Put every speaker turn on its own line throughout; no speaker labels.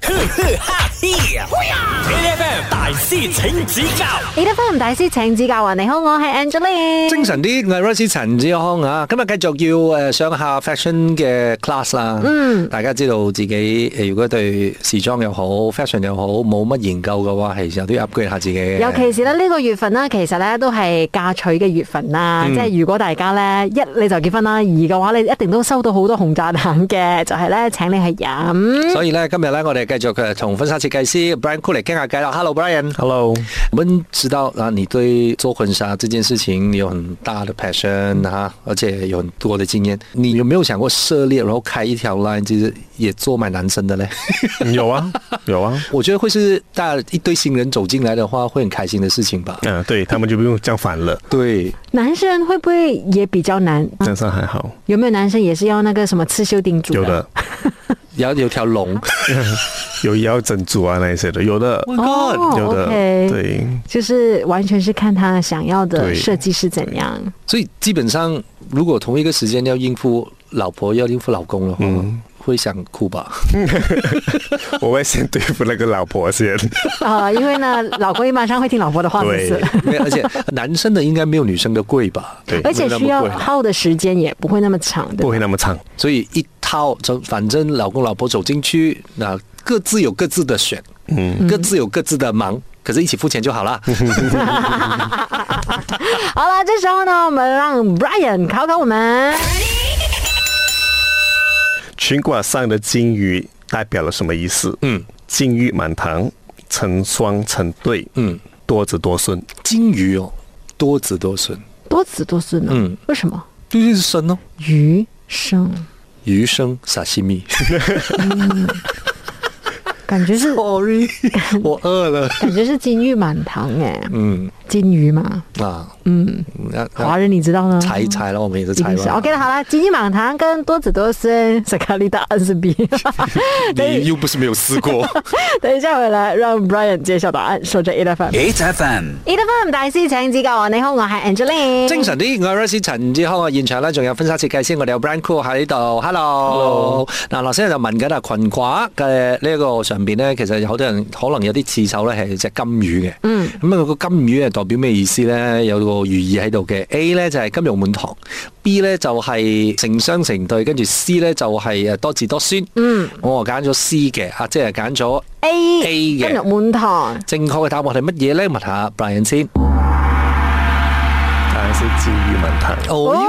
哈嘿，A.F.M. 大師請指教
你得翻唔大師請指教啊！你好，我係 Angeline。
精神啲，我係 r o s e 陳志康啊！今日繼續要誒上下 fashion 嘅 class 啦。嗯，大家知道自己呃誒，如果對時裝又好，fashion 又好，冇乜研究嘅話，係時候都要 upgrade 下自己嘅。
尤其是咧呢個月份啦，其實咧都係嫁娶嘅月份啦。
嗯
即係如果大家咧一你就結婚啦，二嘅話你一定都收到好多紅炸彈嘅，就係咧請你去飲。
所以咧，今日咧，我哋繼續呃誒同婚紗設計師 Brian Cool 嚟傾下偈啦。Hello Brian，
Hello，
我們知道啊，你對做婚紗這件事情你有很大的 passion 哈，而且有很多的經驗。你有沒有想過涉獵，然後開一條 line，其實也做賣男生的嘞？
有啊，有啊，
我覺得會是大家一堆新人走進來的話，会很开心的事情吧。
嗯，对他们就不用这样烦了，
对，
男生会不會也比較難？
但是还好，
有沒有男生也是要那個什麼刺绣叮嘱？
有的，
然后有条龙，
有也要整组啊那一些的，有的，
Oh
哦
有的，
，OK
对，
就是完全是看他想要的
對
設計是怎樣。
所以基本上如果同一个时间要应付老婆要应付老公的话，会想哭吧？
我会先对付那个老婆先，
啊，因為 呢，老公一般上會听老婆的話，是
对
不是？
因为而且男生的应该没有女生的贵吧？
对
而且
没有那
需
么
要
贵
耗的时间也不会那麼長的
不。会那么长，
所以一套就反正老公老婆走进去，那各自有各自的选，嗯，各自有各自的忙，可是一起付钱就好啦。
好了，这时候呢，我们让 Brian 考考我们。
裙管上的金鱼代表了什么意思？
嗯，
金玉满堂，成双成对，
嗯，
多子多孙，
金鱼哦，多子多孙，
多子多孙呢？
嗯，
为什么？
就是生哦，
余生
鱼生沙西米。
感觉 是
Sorry，我饿了。
感觉是金玉满堂哎，
嗯
金鱼嘛，
啊，嗯，那
华
那
人你知道呢？
猜一猜了，我们也是
一
猜
定是
吧。
OK 的，好了，金玉满堂跟多子多孙，斯卡利达二十 B。
你又不是没有试过。
等一下回来，让 Brian 揭晓答案。说着 e l e p h a n
，H.F.M.
e l e p h a n 大师请指教啊！你好，我系 Angeline。
精神啲，我係 Rosie 陳志康啊，現場咧仲有婚紗設計師，我哋有 Brian Cool 喺度，Hello。嗱，頭先就問緊啊，裙褂嘅呢一個上邊咧，其實有好多人可能有啲刺手咧係隻金魚嘅。嗯。咁啊，個金魚係代表咩意思咧？有個寓意喺度嘅。A 咧就係金玉滿堂，B 咧就係成雙成對，跟住 C 咧就係誒多子多孫。嗯。我啊揀咗 C 嘅，啊即係揀咗
A
A
金玉
嘅。
满堂，
正確嘅答案係乜嘢咧？問下 Brian 先。
当然是金玉满堂，
哦哟。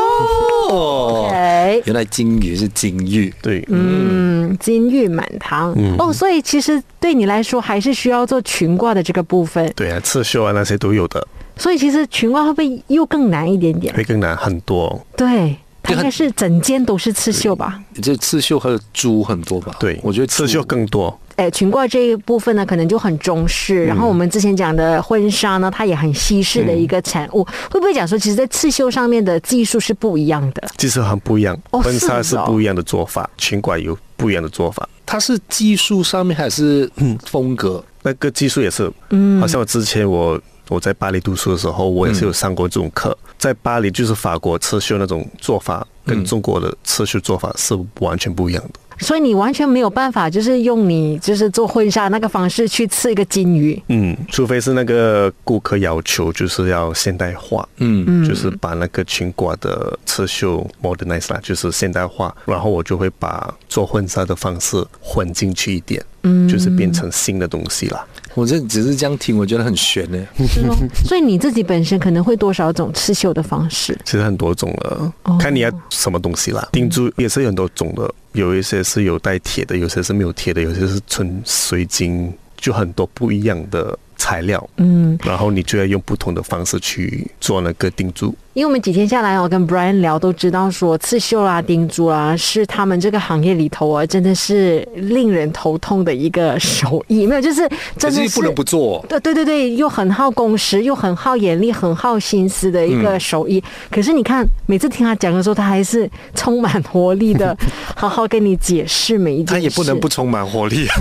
哦
哎，
原来金鱼是金玉，
对，
嗯，金玉满堂。
嗯
哦，所以其实对你来说还是需要做裙褂的这个部分。
对啊，刺绣啊那些都有的，
所以其实裙褂会不会又更难一点点？
会更难很多，
对，它
就
应
很
该是整间都是刺绣吧？
这刺绣和猪很多吧？
对，
我觉得猪
刺绣更多，
呃，裙褂这一部分呢，可能就很中式。
嗯
然后我们之前讲的婚纱呢，它也很西式的一个产
嗯
物。会不会讲说，其实，在刺绣上面的技术是不一样的？
其实很不一样
哦，
婚纱
是
是
哦
不一样的做法，裙管有不一样的做法。
它是技术上面还是风格？
那个技术也是，好像我之前我我在巴黎读书的时候，我也是有上过这种课。在巴黎就是法国刺绣那种做法，跟中国的刺绣做法是完全不一样的。
所以你完全没有办法，就是用你就是做婚纱那个方式去刺一个金鱼。
嗯，除非是那个顾客要求就是要现代化，
嗯，
就是把那个裙褂的刺绣 modernize 啦，就是现代化，然后我就会把做婚纱的方式混进去一点，嗯，就是变成新的东西啦。
我这只是这样听，我觉得很悬呢。
是哦，所以你自己本身可能会多少种刺绣的方式。
其实很多种了，
哦
看你要什么东西啦。钉珠也是有很多种的，有一些是有带铁的，有些是没有铁的，有些是纯水晶，就很多不一样的材料。
嗯，
然后你就要用不同的方式去做那个钉珠。
因为我们几天下来，哦我跟 Brian 聊都知道说，刺绣啦、钉珠啦，是他们这个行业里头啊，真的是令人头痛的一个手艺。没有，就是
可
真的
是不能不做。
对对对对，又很耗工时，又很耗眼力，很耗心思的一
嗯
个手艺。可是你看，每次听他讲的时候，他还是充满活力的， 好好跟你解释每一件事。
他也不能不充满活力啊！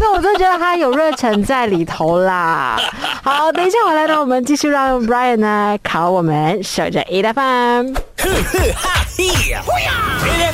那我就觉得他有热忱在里头啦。好，等一下回来呢，我们继续让 Brian 呢考我们守着 A 的饭。
A F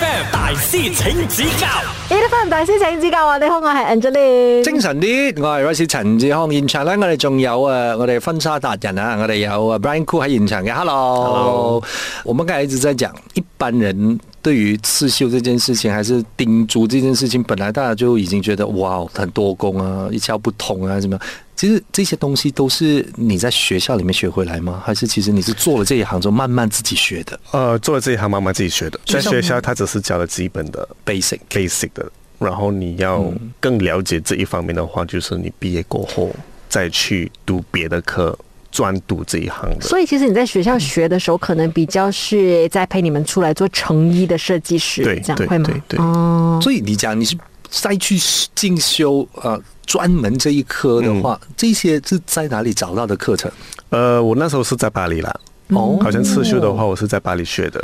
M 大师请指教
，A F M 大師請指教啊！你好，我係 Angeline。
精神啲，我係 Rice 陳志康。現場咧，我哋仲有啊，我哋婚紗達人啊，我哋有啊 Brian Cool 喺現場嘅。Hello，,
Hello
我們剛才一直在講，一般人對於刺繡這件事情，還是叮囑這件事情，本來大家就已經覺得哇，很多功啊，一竅不通啊，怎麼樣？其實這些東西都是你在學校裡面學回來嗎？還是其實你是做了這一行之後慢慢自己學的
呃，做了这一行慢慢自己学的，在学校他只是教了基本的
basic？
basic 的，然后你要更了解这一方面的话，就是你毕业过后再去读别的科，专读这一行的。
所以其實你在學校學的時候，可能比較是在陪你們出來做成衣的設計師，
对
這
对
樣會嗎？
对对
哦，
所以你讲你是再去进修呃专门这一科的话，这些是在哪里找到的课程？
呃，我那时候是在巴黎啦，
哦
好像刺绣的话，我是在巴黎学的，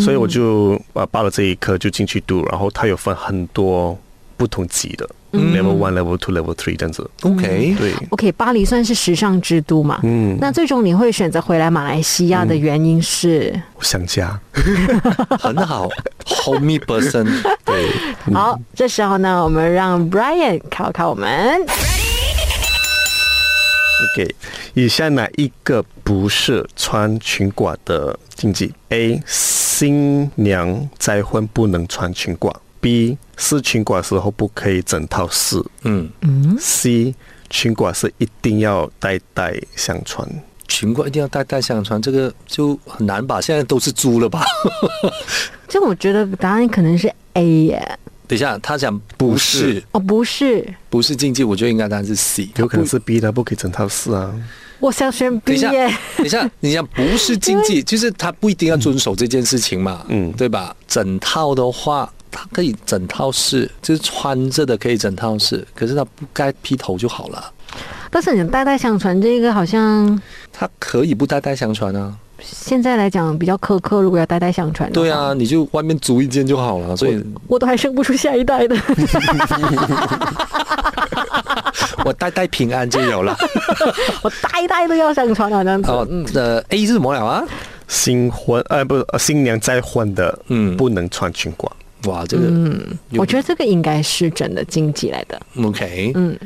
所以我就呃报了这一科就进去读，然后它有分很多不同级的、l e v e l one、level two、level three 这样子。
OK，
嗯对，
OK，巴黎算是时尚之都嘛。嗯，那最终你会选择回来马来西亚的原因是，
我想家。
很好，homey person。
对，
好，这时候呢，我们让 Brian 考考我们。
OK，以下哪一个不是穿裙褂的禁忌？A. 新娘再婚不能穿裙褂。B. 试裙褂时候不可以整套试。
嗯，
C. 裙褂是一定要代代相传。
裙褂一定要代代相传，这个就很难吧？现在都是租 了吧？
这我觉得答案可能是 A 耶，
等一下，他讲不
不
是
是
哦，不是，
不是禁忌，我觉得应该答案是 C。
有可能是 B 的，不可以整套试啊。
我想选
等
B
一下
耶。，
等一下，你讲不是禁忌，就是他不一定要遵守这件事情嘛，嗯，
嗯
对吧？整套的话，他可以整套试，就是穿着的可以整套试，可是他不该披头就好了，
但是你代代相传这个好像
他可以不代代相传啊。
现在来讲比较苛刻，如果要代代相传，
对，啊，你就外面租一件就好了，所以
我都还生不出下一代 的。
我代代平安就有了。
我代代都要上传啊，这样子。
哦，呃，A 是什么了啊？
新婚呃不是呃新娘再婚的，
嗯
不能穿裙褂。
哇，这个有
我觉得这个应该是真的经济来的。
OK，嗯，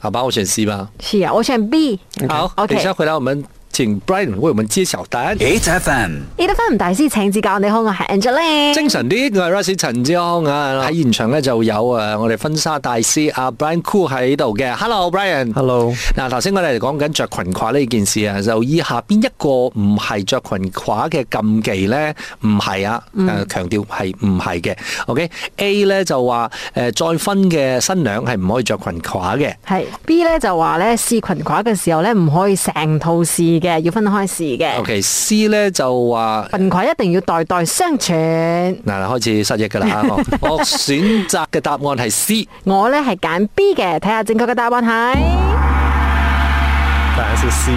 好吧，我选 C 吧。
是啊，我选 B。
好
OK
等一下回来我们请 Brian 为我们揭晓答案。
，H F M。
E F M 大師請指教，你好，我係 Angeline。
精神啲，我係 Rice 陳志康啊！喺現場咧就有啊，我哋婚紗大師阿 Brian Cool 喺度嘅。Hello Brian。
Hello，
嗱，頭先我哋講緊着裙褂呢件事啊，就以下邊一個唔係着裙褂嘅禁忌咧？唔係啊，誒強調係唔係嘅。OK，A 咧就話誒再婚嘅新娘係唔可以着裙褂嘅。
係 B 咧就話咧試裙褂嘅時候咧唔可以成套試嘅，要分開試嘅。
OK，C 咧就話。
裙褂一定要代代相傳。
嗱，開始失憶㗎啦！啊我我選擇嘅答案係 C。
我咧係揀 B 嘅，睇下正確嘅答案係。
答案是 C，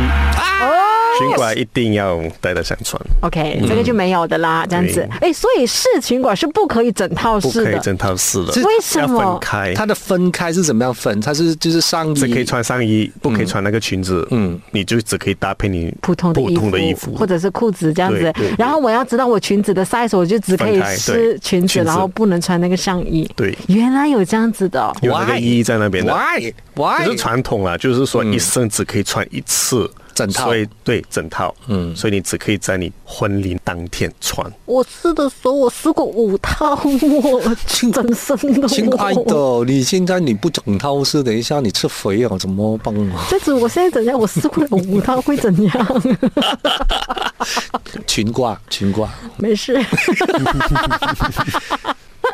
裙褂一定要代代相传，
OK，、这个就没有的啦，这样子
嗯对。
哎，所以试裙褂是不可以整套
不
试
可以
的。
整套试的
是，
为什
要
么
分开。
它的分开是怎么样分？它是就是上衣
只可以穿上衣，不可以穿那个裙子。
嗯
嗯，你就只可以搭配你
普通的衣服，
衣服，
或者是裤子这样子
对对对。
然后我要知道我裙子的 size，我就只可以
分开对
试裙
裙
子，
子
然后不能穿那个上衣。
对
原来有这样子的哦、
有那个意义在那边的。
Why
可
哎
Why？
是传统啦，就是说一生只可以穿一次
整套
所以对整套，
嗯
嗯，所以你只可以在你婚礼当天穿。
我试的时候，我试过五套哦，
亲
整身的。
亲爱，的，你现在你不整套是等一下你吃肥啊，怎么办啊？
这次我现在怎样？我试过了五套会怎样？
裙褂，裙褂。
没事。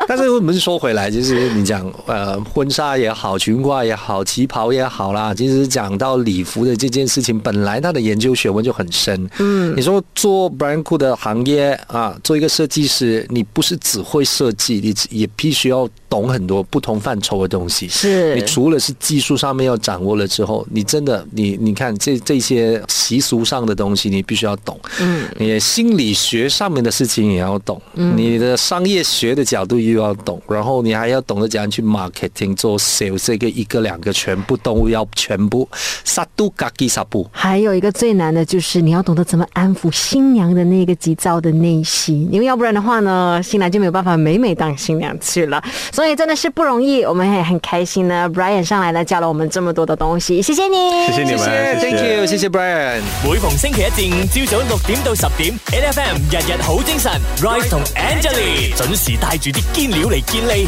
但是我们说回来，其实你讲呃婚纱也好，裙褂也好，旗袍也好啦，其实讲到礼服的这件事情，本来它的研究学问就很深。嗯，你说做 brand cool 的行业啊，做一个设计师，你不是只会设计，你也必须要懂很多不同范畴的东西。
是
你除了是技术上面要掌握了之后，你真的你你看这这些习俗上的东西，你必须要懂。嗯，你心理学上面的事情也要懂，
嗯
你的商业学的角度又要懂，然后你还要懂得怎样去 marketing 做 sales 这个一个两个全部都要全部杀都嘎基杀布。
还有一个最难的就是你要懂得怎么安抚新娘的那个急躁的内心，因为要不然的话呢，新郎就没有办法美美当新娘去了。所以真的是不容易，我们也很开心呢。Brian 上来呢教了我们这么多的东西，谢谢你，
谢谢你们，谢
Thank you，谢谢 Brian。
每逢星期一至五朝早六點到十點，N F M 日日好精神，Rise 同 Angelie 準時帶住啲堅料嚟健利。